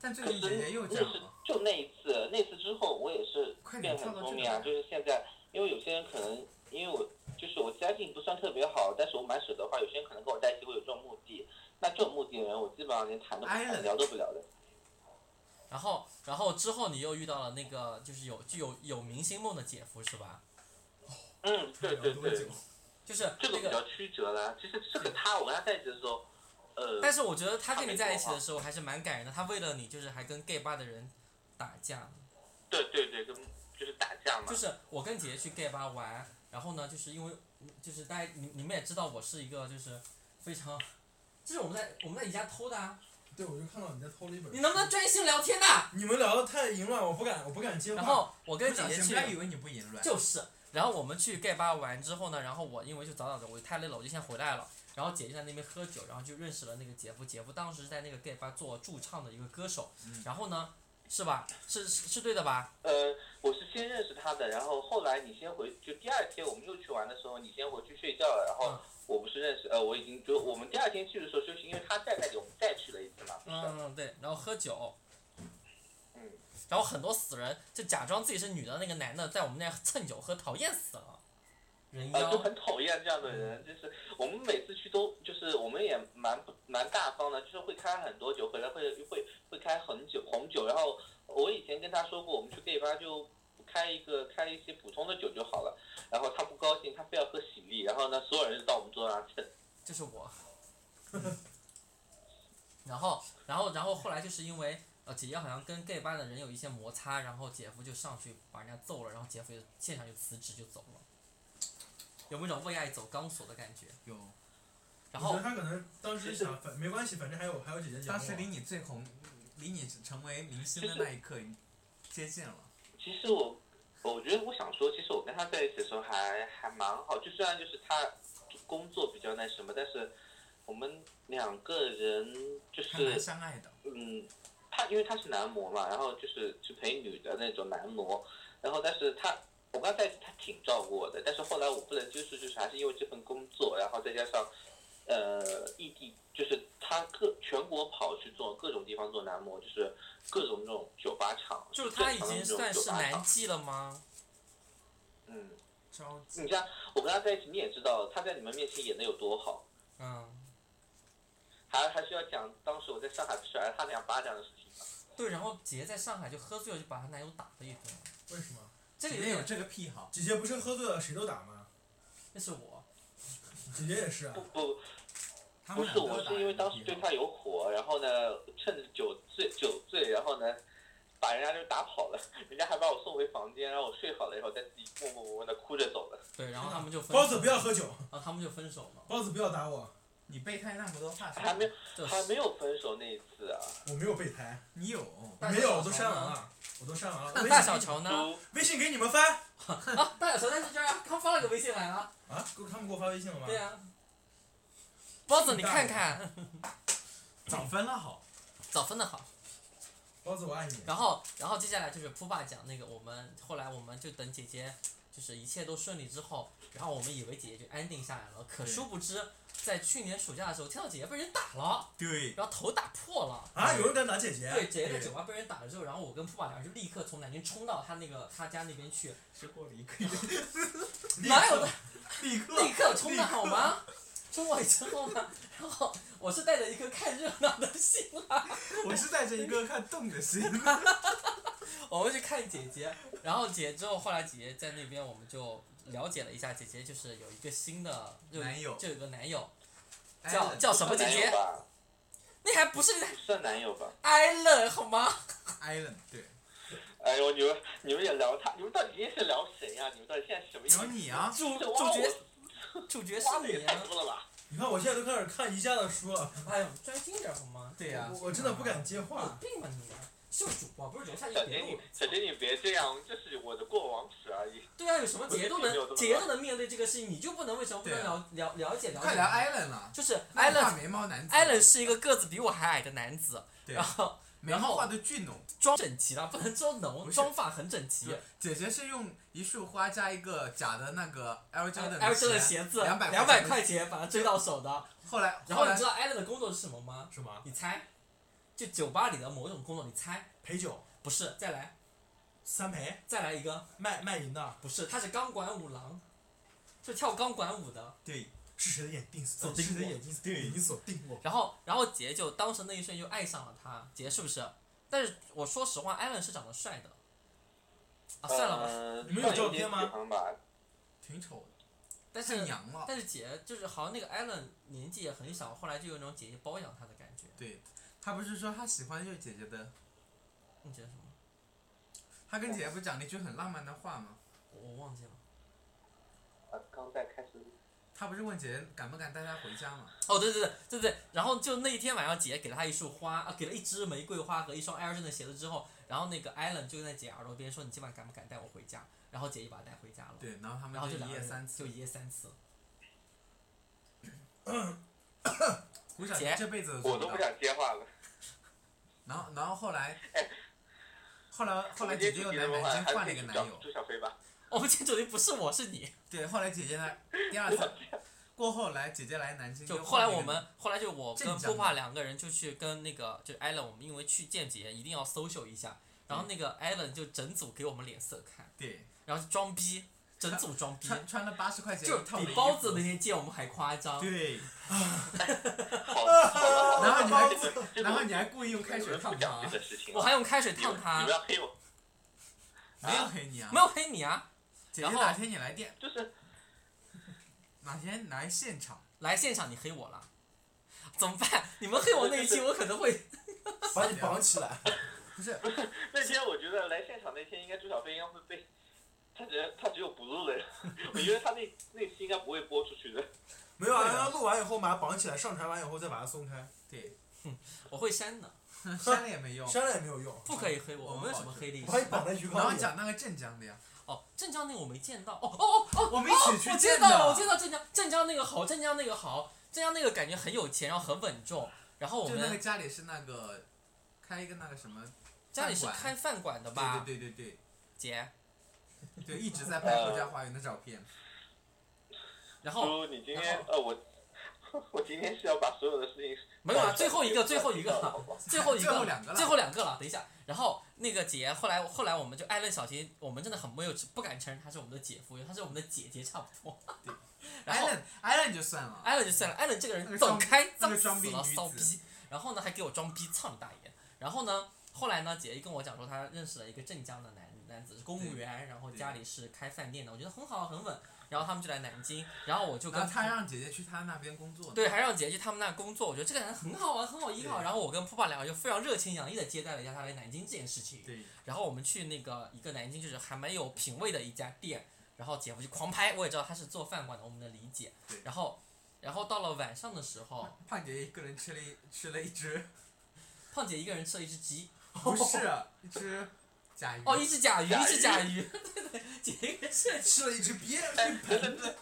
S4: 但最
S6: 可
S4: 近
S6: 是
S4: 姐姐又这
S6: 那
S4: 样
S6: 是
S4: 了。
S6: 就那一次，那次之后我也是
S4: 快点
S6: 变
S4: 跳
S6: 很
S4: 到
S6: 聪
S4: 这
S6: 明啊，
S4: 个
S6: 就是现在，因为有些人可能因为我就是我家境不算特别好，但是我蛮舍得花，有些人可能跟我在一起会有这种目的，那这种目的的人，我基本上连谈都不
S4: 哎呀
S6: 谈，聊都不聊的。
S3: 然后然后之后你又遇到了那个就是有具有有明星梦的姐夫是吧？
S6: 嗯，
S4: 哎
S6: 对对对，
S3: 就是
S6: 这
S3: 那
S6: 个比
S3: 个，
S6: 较曲折啦。其实这个他，我跟他在一起的时候，呃，
S3: 但是我觉得他跟你在一起的时候还是蛮感人的，他为了你就是还跟 gay 吧的人打架。
S6: 对对对，跟就是打架嘛
S3: 就，是我跟姐姐去 gay 吧玩，然后呢，就是因为就是大家你你们也知道我是一个就是非常，就是我们在我们在你家偷的啊，
S9: 对，我就看到你在偷了一本。
S3: 你能不能？专心聊天呐、
S9: 你们聊的太淫乱，我不敢，我不敢接话。
S3: 然后我跟
S4: 不
S3: 姐
S4: 小
S3: 姐
S4: 心，
S3: 去
S4: 不要以为你不淫乱。
S3: 就是，然后我们去 gay 吧玩之后呢，然后我因为就早早的我就太累了，我就先回来了。然后姐就在那边喝酒，然后就认识了那个姐夫。姐夫当时是在那个 gay 吧做驻唱的一个歌手，然后呢，是吧？是是是对的吧？
S6: 呃，我是先认识他的，然后后来你先回，就第二天我们又去玩的时候，你先回去睡觉了，然后
S3: 嗯
S6: 我不是认识，呃，我已经就我们第二天去的时候休息，因为他在那里，我们再去了一次嘛，不是？
S3: 嗯，对，然后喝酒，
S6: 嗯，
S3: 然后很多死人就假装自己是女的，那个男的在我们那儿蹭酒喝，讨厌死了，人
S6: 呃，就
S3: 妖。
S6: 很讨厌这样的
S3: 嗯
S6: 人，就是我们每次去都，就是我们也蛮不蛮大方的，就是会开很多酒，回来会会会开很久红酒，然后我以前跟他说过，我们去 gay 吧就开一个开一些普通的酒就好了，然后他不高兴，他非要喝喜力，然后呢，所有人就到我们桌上蹭，
S3: 这是我。然后，然后，然后后来就是因为呃，姐姐好像跟 gay 班的人有一些摩擦，然后姐夫就上去把人家揍了，然后姐夫就现场就辞职就走了，有没有一种为爱走钢索的感觉？
S4: 有，
S3: 然
S9: 我觉
S3: 后
S9: 得他可能当时想，反没关系，反正还有还有姐姐讲
S4: 当
S9: 我。
S4: 时离你最红，离你成为明星的那一刻，已经接近了。
S6: 其实我，我觉得我想说，其实我跟他在一起的时候还还蛮好，就虽然就是他工作比较那什么，但是我们两个人就
S4: 还蛮
S6: 是
S4: 相爱的。
S6: 嗯，他因为他是男模嘛，然后就是去陪女的那种男模，然后但是他我跟他在一起，他挺照顾我的，但是后来我不能接受，就是还是因为这份工作，然后再加上。呃，异地就是他各全国跑去做各种地方做男模，就是各种这种酒吧场，
S3: 就是他已
S6: 各种
S3: 经
S6: 这种
S3: 算
S6: 酒
S3: 是
S6: 吧
S3: 男
S6: 场
S3: 妓了吗？
S6: 嗯，
S4: 着急。
S6: 你像我跟他在一起，你也知道他在你们面前演的有多好，
S3: 嗯。
S6: 还还需要讲当时我在上海甩了他两巴掌的事情吗？
S3: 对，然后姐姐在上海就喝醉了，就把她男友打了一顿。
S9: 为什么？
S3: 这个
S4: 姐
S3: 有
S4: 姐有
S3: 点，
S4: 这个癖好，
S9: 姐姐不是喝醉了谁都打吗？
S3: 那是我。
S9: 姐姐也是啊
S6: 不。不
S4: 他
S6: 不
S4: 们
S6: 是，我是因为当时对他有火，然后呢，趁着酒醉酒醉，然后呢，把人家就打跑了，人家还把我送回房间，让我睡好了以后，再自己默默无闻的哭着走了。
S3: 对，然后他们就分
S9: 包子
S3: 手
S9: 不要喝酒，
S3: 啊，他们就分手了。
S9: 包子不要打我，
S4: 你备胎那么多话术，
S6: 还没有
S3: 这
S6: 还没有分手那一次啊，
S9: 我没有备胎，
S4: 你有，
S3: 大
S9: 没
S3: 小
S9: 有，
S3: 乔
S9: 我都删完
S3: 呢
S9: 了，我都删 完了。
S3: 那
S9: 微信
S3: 大小乔呢？
S6: 都
S9: 微信给你们翻
S3: 啊，大小乔在这儿啊，刚发了个微信来啊。
S9: 啊？给我他们给我发微信了吗？
S3: 对
S4: 啊
S3: 呀、 包子，你看看，
S4: 早分了好。
S3: 早分的好。
S9: 包子我爱你。
S3: 然后，然后接下来就是扑爸讲那个，我们后来我们就等姐姐，就是一切都顺利之后，然后我们以为姐姐就安定下来了，可
S4: 对
S3: 殊不知，在去年暑假的时候，听到姐姐被人打了，
S4: 对，
S3: 然后头打破了。
S9: 啊，有人敢打姐姐？
S3: 对，姐姐在酒吧被人打了之后，然后我跟扑爸两人就立刻从南京冲到他那个他家那边去，
S5: 吃过了一个月，
S3: 哪有的
S4: 立刻啊
S3: 立刻冲的好吗？冲过去之后呢，然后我是带着一个看热闹的心啊，
S5: 我是带着一个看动的心。
S3: 我们去看姐姐，然后姐之后后来姐姐在那边，我们就了解了一下，姐姐就是有一个新的就
S4: 男友
S3: 就有个男友，
S4: 哎
S3: 叫叫什么姐
S6: 男友
S3: 姐？
S6: 吧，
S3: 那还不是
S6: 算男友吧。
S3: 艾伦好吗？
S4: Island，对，
S6: 哎呦，你们你们也聊他，你们到底今天是聊谁呀、你们到底现在什么意思？
S4: 有你啊，
S3: 主
S6: 这
S3: 主
S6: 挖
S3: 角
S6: 我
S3: 主角
S6: 挖
S3: 是
S6: 的也
S3: 你
S6: 太
S3: 啊！
S6: 多了吧？
S9: 你看我现在都开始看宜家的书了，
S3: 哎呦，专心点好吗？
S4: 对呀、
S9: 我我真的不敢接
S4: 啊
S3: 你有
S9: 话。
S3: 病吧你！秀主播不是留下一
S6: 小
S3: 个
S6: 杰
S3: 别
S6: 你
S3: 录。，
S6: 小杰你别这样，这是我的过往史而已。
S3: 对啊，有什么姐姐都
S6: 不是有这
S3: 能
S6: 么
S3: 姐姐都能面对这个事情，你就不能为什么不能
S4: 对啊
S3: 了了了解了
S4: 快聊
S3: 解？
S4: Island 了，
S3: 就是艾伦
S4: 大眉毛男子
S3: 艾伦是一个个子比我还矮的男子，
S4: 对
S3: 然后
S4: 眉毛画的巨 浓，
S3: 妆整齐了，不能说浓，
S4: 不是
S3: 妆发很整齐。呃
S4: 姐姐是用一束花加一个假的那个 L J 的
S3: L 真的鞋子，
S4: 两
S3: 两
S4: 百
S3: 百块，钱把他追到手的。
S4: 后来
S3: 然后
S4: 后来
S3: 你知道艾伦的工作是什么吗？
S9: 什么？
S3: 你猜，就酒吧里的某种工作，你猜？
S9: 陪酒、
S3: 不是，再来，
S9: 三陪、
S3: 再来一个，
S9: 卖卖淫的，
S3: 不是，他是钢管舞郎，就跳钢管舞的。
S4: 对，
S9: 是谁的眼定锁
S3: 锁定
S9: 是谁的
S3: 我
S9: 眼睛眼睛锁定我？
S3: 然后，然后杰就当时那一瞬就爱上了他，杰是不是？但是我说实话，艾伦是长得帅的。啊，算了吧，
S6: 呃、
S9: 你们有照片吗
S6: 算一点喜欢吧，
S4: 挺丑的，
S3: 但
S4: 太
S3: 是
S4: 娘了，
S3: 但是姐就是好像那个艾伦年纪也很小，后来就有那种姐姐包养他的感觉。
S4: 对。他不是说他喜欢就是姐姐的，
S3: 你觉得什么？
S4: 他跟姐姐不是讲了一句很浪漫的话吗？
S3: 我我忘记了。
S6: 呃，刚在开始。
S4: 他不是问姐姐敢不敢带他回家吗？
S3: 哦，对对对对对，然后就那一天晚上，姐姐给了他一束花，啊，给了一支玫瑰花和一双艾尔顿的鞋子之后，然后那个艾伦就在姐耳朵边说：“你今晚敢不敢带我回家？”然后姐就把他带回家了，
S4: 对，然后他
S3: 然后
S4: 们
S3: 就
S4: 一
S3: 两个
S4: 夜
S3: 人
S4: 三次，
S3: 就一夜三次。
S4: 鼓掌
S3: 姐
S4: 这辈子都
S6: 我
S4: 做
S6: 都
S4: 不
S6: 不
S4: 到。
S6: 想接话了。
S4: 然后，然后后来
S6: 哎，
S4: 后来后来姐姐又来南京换了一个男友，
S6: 朱小飞吧，
S3: 我们今天主题哦不是我是你，
S4: 对，后来姐姐 来第二次过后来姐姐来南京，
S3: 就
S4: 又
S3: 后来
S4: 换了一
S3: 我
S4: 个
S3: 们后来就我跟
S4: 镇江
S3: 波
S4: 的
S3: 帕两个人就去跟那个就是艾伦，我们因为去见姐姐一定要 social 一下，然后那个艾伦就整组给我们脸色看，
S4: 对
S3: 然后就装逼，整组装逼，
S4: 穿穿了八十块钱
S3: 就
S4: 一套的
S3: 比
S4: 衣
S3: 包
S4: 服
S3: 子那天见我们还夸张。
S4: 对，
S6: 好，好
S4: 然后你还
S6: 这
S4: 然后
S6: 个
S4: 你还故意用开啊水烫
S6: 不
S4: 他
S6: 讲这，个事情了。
S3: 我还用开水
S6: 你们
S3: 烫他。
S6: 你们要黑我，
S4: 没有黑你啊，
S3: 没有黑你啊，
S4: 姐姐
S3: 然后
S4: 哪天你来电，
S6: 就是
S4: 哪天来现场，
S3: 来现场你黑我了，怎么办？你们黑我那一期，我可能会
S9: 把你绑起来。
S4: 不是
S6: 那天我觉得来现场那天，应该朱小飞应该会被。他只他只有不录了，我觉得他那那期应该不会播出去的。
S9: 没有啊，让他录完以后把它绑起来，上传完以后再把它松开，
S4: 对，
S3: 我会删的，
S4: 嗯删了也没用。
S9: 删了也没有用。
S3: 不可以黑我，
S4: 哦我
S3: 我
S4: 们
S3: 没有什么黑历
S9: 我把你
S3: 史。
S9: 绑在鱼
S4: 然后
S9: 缸里。
S4: 讲那个镇江的呀，
S3: 哦，镇江那个我没见到，哦哦哦哦，
S4: 我们一起去
S3: 我见
S4: 见
S3: 到
S4: 的，
S3: 了，我见到镇江，镇江那个好，镇江那个好，镇江那个感觉很有钱，然后很稳重，然后我
S4: 就那个
S3: 们
S4: 家里是那个开一个那个什么，
S3: 家里是
S4: 饭馆
S3: 开饭馆的吧？
S4: 对对对对
S3: 姐，
S4: 对，就一直在拍后家花园的照片。
S3: 然后
S6: 猪，你今天呃我，我今天是要把所有的事情
S3: 没
S4: 哦
S3: 有啊，最后一个，最后一个
S6: 好不好。
S3: 最后一个，
S4: 最后两个了
S3: 最后两个了。等一下，然后那个姐，后来后来我们就艾伦小杰，我们真的很没有不敢承认她是我们的姐夫，因为她是我们的姐姐差不多。然后哎
S4: Allen Allen 就算了，
S3: 艾伦就算了，艾伦这个
S4: 那
S3: 人
S4: 个
S3: 走
S4: 装
S3: 开，
S4: 那
S3: 脏
S4: 个
S3: 死
S4: 装逼
S3: 了，
S4: 女
S3: 骚
S4: 子
S3: 逼。然后呢，还给我装逼，操你大爷！然后呢，后来呢，姐姐跟我讲说，她认识了一个镇江的男男子，是公务员，然后
S4: 对
S3: 家里是开饭店的，我觉得很好很稳。然后他们就来南京，然后我就
S4: 然
S3: 跟
S4: 后他让姐姐去他那边工作呢，
S3: 对，还让姐姐去他们那工作，我觉得这个人很好啊，很好依靠。
S4: 对
S3: 然后我跟铺爸两个就非常热情洋溢的接待了一下他来南京这件事情。
S4: 对，
S3: 然后我们去那个一个南京就是还蛮有品位的一家店，然后姐夫就狂拍，我也知道他是做饭馆的，我们能理解
S4: 对。
S3: 然后，然后到了晚上的时候，
S4: 胖姐一个人吃了一吃了一只，
S3: 胖姐一个人吃了一只鸡，
S4: 不是啊一只甲鱼，
S3: 哦，一只甲鱼，
S6: 甲
S3: 一只甲鱼，对对，姐一个人吃了一只。
S9: 吃了一只鳖，
S6: 哎，等等等，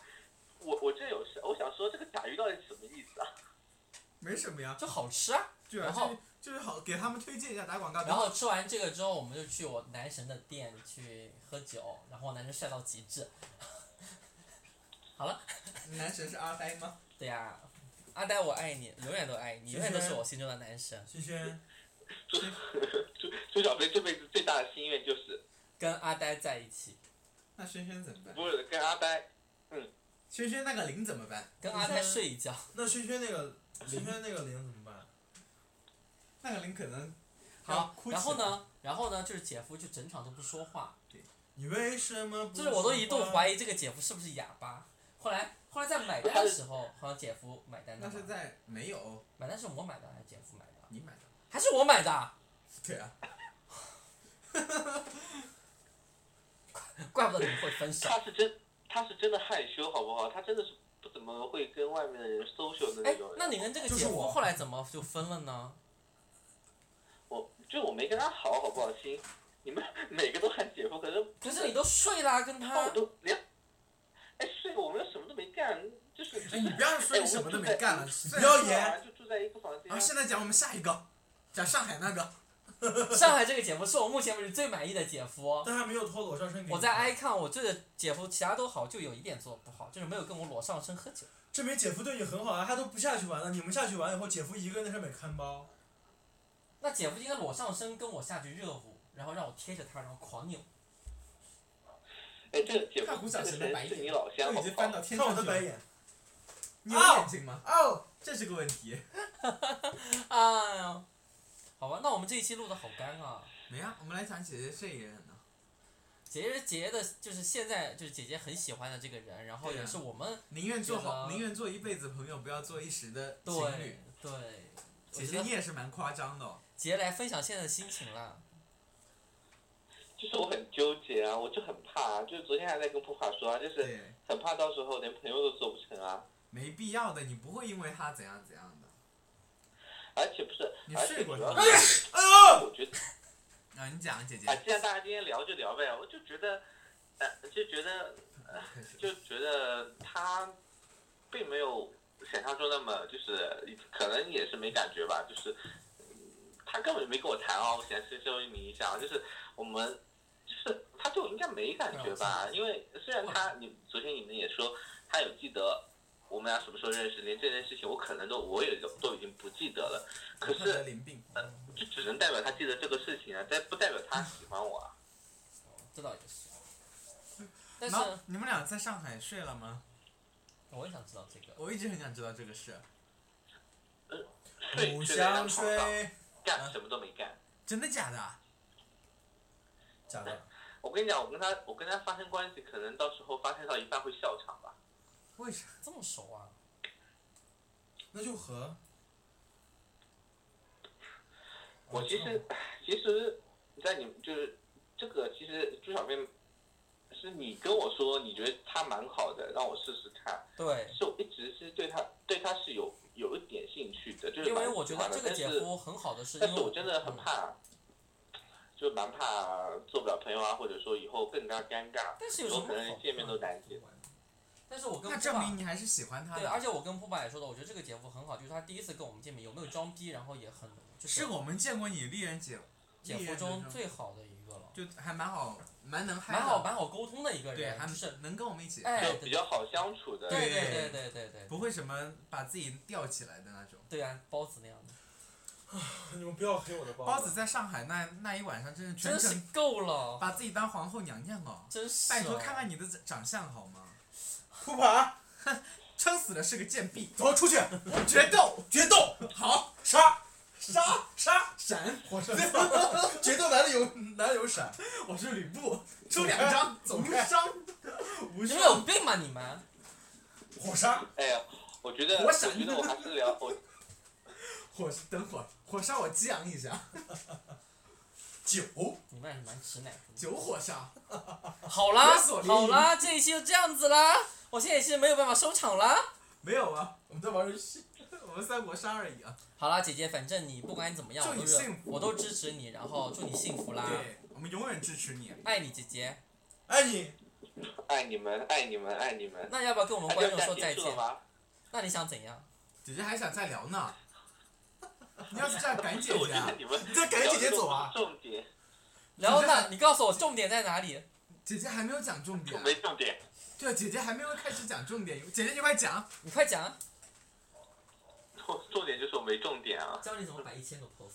S6: 我我这有事，我想说这个甲鱼到底什么意思啊？
S4: 没什么呀，
S3: 就好吃啊，
S5: 对啊，
S3: 然后
S5: 就是就是好给他们推荐一下打广告。
S3: 然后吃完这个之后，我们就去我男神的店去喝酒，然后我男神帅到极致。好了，
S4: 男神是阿呆吗？
S3: 对呀、阿呆我爱你，永远都爱你，永远都是我心中的男神。
S9: 轩轩，
S6: 朱朱小飞这辈子最大的心愿就是
S3: 跟阿呆在一起，
S4: 那轩轩怎么办？
S6: 不是跟阿呆
S4: 轩轩那个零怎么办？
S3: 跟阿呆睡一觉。
S9: 那轩轩那个轩轩那个零怎么办？
S4: 那个零可能
S3: 好，然后
S4: 呢？
S3: 呢，然后呢，就是姐夫就整场都不说话，
S9: 你为什么不？
S3: 就是我都一度
S9: 疑。
S3: 怀疑这个姐夫是不是哑巴。后来后来在买单的时候，好像姐夫买单的
S4: 那
S3: 嘛
S4: 是，在没有
S3: 买单是我买的还是姐夫买的？
S4: 你买的，
S3: 还是我买的？
S4: 对啊，
S3: 怪不得你们会分手。
S6: 他是真，他是真的害羞，好不好？他真的是不怎么会跟外面的人 social 的
S3: 哎
S6: 那种，人。
S3: 那你跟这个
S9: 就
S3: 姐
S9: 是
S3: 夫
S9: 我
S3: 后来怎么就分了呢？
S6: 我就我没跟他好，好不好亲？你们 每个都喊姐夫，可是
S3: 可是你都睡啦，跟
S6: 那
S3: 他
S6: 我
S9: 哦
S6: 都连，哎，睡我们什么都没干，就是
S4: 哎，你不要说你什么都没干了，
S6: 不
S4: 不要演。
S6: 演，就住在一个房间
S4: 啊，现在讲我们下一个，讲上海那个，
S3: 上海这个姐夫是我目前为止最满意的姐夫。
S9: 但还没有脱裸上身给你
S3: 我在
S9: 看
S3: icon 我对的姐夫其他都好，就有一点做的不好，就是没有跟我裸上身喝酒。
S9: 证明姐夫对你很好啊，他都不下去玩了，你们下去玩以后，姐夫一个人在上面看包。
S3: 那姐夫应该裸上身跟我下去热舞，然后让我贴着他，然后狂扭。
S6: 哎，这个姐
S4: 看
S6: 夫
S4: 胡
S6: 这
S4: 小
S6: 个
S4: 晴的白
S6: 人是你
S4: 眼，
S6: 老乡，
S4: 都
S6: 好
S4: 已
S6: 不
S4: 经翻
S6: 好
S4: 到？天
S9: 看
S4: 上
S9: 我
S4: 去
S9: 的
S4: 了
S9: 白，眼，
S4: 你有眼睛吗？
S9: 哦，
S4: 这是个问题。
S3: 哎呀，好吧，那我们这一期录的好干啊。
S4: 没啊，我们来讲姐姐这一人呢，
S3: 姐姐姐的，就是现在就是姐姐很喜欢的这个人，然后
S4: 对啊
S3: 也是我们
S4: 宁愿做好，
S3: 觉得
S4: 宁愿做一辈子朋友，不要做一时的
S3: 对
S4: 情侣。
S3: 对，我
S4: 姐
S3: 觉
S4: 姐
S3: 得
S4: 你也是蛮夸张的、哦，
S3: 姐来分享现在的心情啦。
S6: 就是我很纠结啊，我就很怕、啊，就是昨天还在跟普卡说啊，就是
S4: 对，
S6: 很怕到时候连朋友都做不成啊，
S4: 没必要的，你不会因为他怎样怎样的。
S6: 而且不是，
S4: 你
S6: 而
S4: 睡
S6: 且
S4: 过
S6: 主
S4: 是
S6: 要
S4: 吧？
S6: 是
S4: 哦
S6: 我觉得。
S4: 啊，你讲姐姐
S6: 啊，，既然大家今天聊就聊呗，我就觉得，呃，就觉得呃
S4: 开始
S6: 就觉得他并没有想象中那么就是，可能也是没感觉吧，就是嗯他根本就没跟我谈哦，我想深深为你一下，啊就是我们就是他对我应该没感觉吧，因为虽然他你昨天你们也说他有记得。我们俩什么时候认识？连这件事情我可能都我也都都已经不记得了，可
S4: 我得
S6: 是
S4: 淋病，
S6: 就只能代表他记得这个事情啊，但不代表他喜欢我啊。
S3: 这倒也是。但是
S4: 然后你们俩在上海睡了吗？
S3: 我也想知道这个，
S4: 我一直很想知道这个 事，
S6: 睡
S9: 不
S6: 睡在
S9: 想
S6: 床上，
S9: 睡。
S6: 干什么都没干。
S4: 真的假的啊？
S9: 假的，
S6: 我跟你讲，我跟他，我跟他发生关系，可能到时候发生到一半会笑场吧。
S4: 为啥？
S3: 这么熟啊？
S9: 那就和
S6: 我其实，其实，在你就是这个，其实朱小妹是你跟我说，你觉得他蛮好的，让我试试看。
S3: 对，
S6: 是我一直是对他，对他是有有一点兴趣的，就是
S3: 因为
S6: 蛮
S3: 我觉得
S6: 喜欢的
S3: 这个姐
S6: 但是
S3: 夫很好的是，
S6: 但
S3: 因
S6: 是
S3: 为
S6: 我真的很。
S3: 嗯
S6: 怕，就蛮怕做不了朋友啊，或者说以后更加尴尬，
S3: 但是有
S6: 以
S3: 什
S6: 后
S3: 么
S6: 可能
S3: 好
S6: 连见面都难见。
S3: 但是我跟
S4: 那
S3: 波
S4: 证
S3: 爸
S4: 明你还是喜欢他
S3: 对，
S4: 的。
S3: 而且我跟波爸也说的，我觉得这个姐夫很好，就是他第一次跟我们见面，有没有装逼，然后也很就是
S4: 是我们见过你丽人姐，
S3: 姐
S4: 丽
S3: 夫
S4: 人
S3: 中最好的一个了，
S4: 就还蛮好，蛮能嗨的，
S3: 蛮好蛮好沟通的一个
S4: 对，
S3: 人，
S4: 还
S3: 就是
S4: 能跟我们一起，
S3: 哎
S6: 就比较好相处的。
S3: 对对
S4: 对
S3: 对对对对
S4: 不会什么把自己吊起来的那种。
S3: 对啊，包子那样的，
S9: 你们不要黑我的包
S4: 包子在上海那那一晚上，真是全
S3: 真是
S4: 程
S3: 够了，
S4: 把自己当皇后娘娘哦。
S3: 真是
S4: 拜托，
S3: 哦
S4: 看看你的长相好吗？
S9: 扑爬，
S4: 撑死了是个贱婢，
S9: 走出去，
S4: 决斗，
S9: 决斗，
S4: 好
S9: 杀杀杀！
S4: 闪，
S9: 火 射，决斗男的有男的有闪，
S4: 我是吕布，
S9: 走
S4: 出
S9: 开
S4: 两张，
S9: 走
S4: 无
S9: 开
S4: 伤，
S9: 无
S3: 你
S9: 双
S3: 们有病吧你们？
S9: 火杀
S6: 哎呀，我觉得，
S4: 我
S6: 我
S4: 闪
S6: 觉得我还是聊，我
S4: 火，等会儿火烧我激昂一下，
S9: 九，
S3: 你们还是蛮直男的。
S4: 九火烧，
S3: 好啦
S4: 猥琐淋漓
S3: 好啦，这一期就这样子啦，我现在也是没有办法收场啦。
S4: 没有啊，
S9: 我们在玩游戏，
S4: 我们三国杀而已啊。
S3: 好啦，姐姐，反正你不管怎么样，
S4: 祝
S3: 我
S4: 你
S3: 都是
S4: 幸福
S3: 我都支持你，然后祝你幸福啦，
S4: 对，我们永远支持你。
S3: 爱你姐姐。
S9: 爱你。
S6: 爱你们，爱你们，爱你们。
S3: 那要不要跟我们
S6: 哎
S3: 观
S6: 要
S3: 众 说
S6: 这样
S3: 再
S6: 结束了
S3: 见？
S6: 吗？
S3: 那你想怎样？
S4: 姐姐还想再聊呢，
S5: 你要是这样赶姐
S6: 我
S5: 姐
S6: 觉
S5: 啊
S6: 得，你们
S5: 这赶姐姐走啊！
S6: 重点，
S3: 然后呢？你告诉我重点在哪里？
S5: 姐姐还没有讲重点
S6: 我，没重点。
S5: 对，姐姐还没有开始讲重点，姐姐你快讲，
S3: 你快讲，啊
S6: 重重点就是我没重点啊！
S3: 教你怎么摆一千个 pose。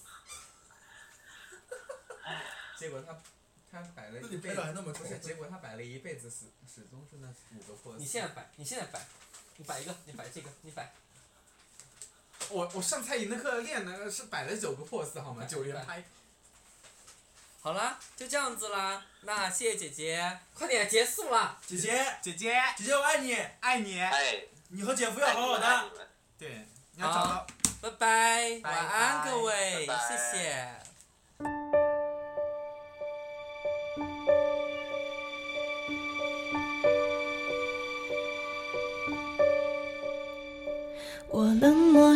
S4: 结果他他摆了
S9: 那
S4: 一
S9: 你
S4: 辈
S9: 拍
S4: 子
S9: 的还那么多
S4: 不，是，结果他摆了一辈子始始终是那五个 pose。
S3: 你现在摆，你现在摆，你摆一个，你摆这个，你摆，
S5: 我我上蔡颖的课练呢是摆了九个 pose 好吗？
S3: 摆
S5: 九连拍，
S3: 好啦，就这样子啦。那谢谢姐姐，快点结束啦。
S9: 姐姐，
S5: 姐姐
S9: 姐姐我爱你，
S5: 爱你，
S6: 哎，
S9: 你和姐夫要好好
S6: 爱
S9: 的啊
S6: 你。们，
S5: 对，你要找到
S3: 拜
S5: 拜
S3: 拜，晚安
S5: 拜
S3: 各位，
S6: 拜拜
S3: 谢谢。
S10: 我冷漠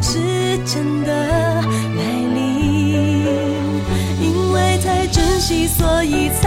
S10: 是真的来临，因为太珍惜，所以才。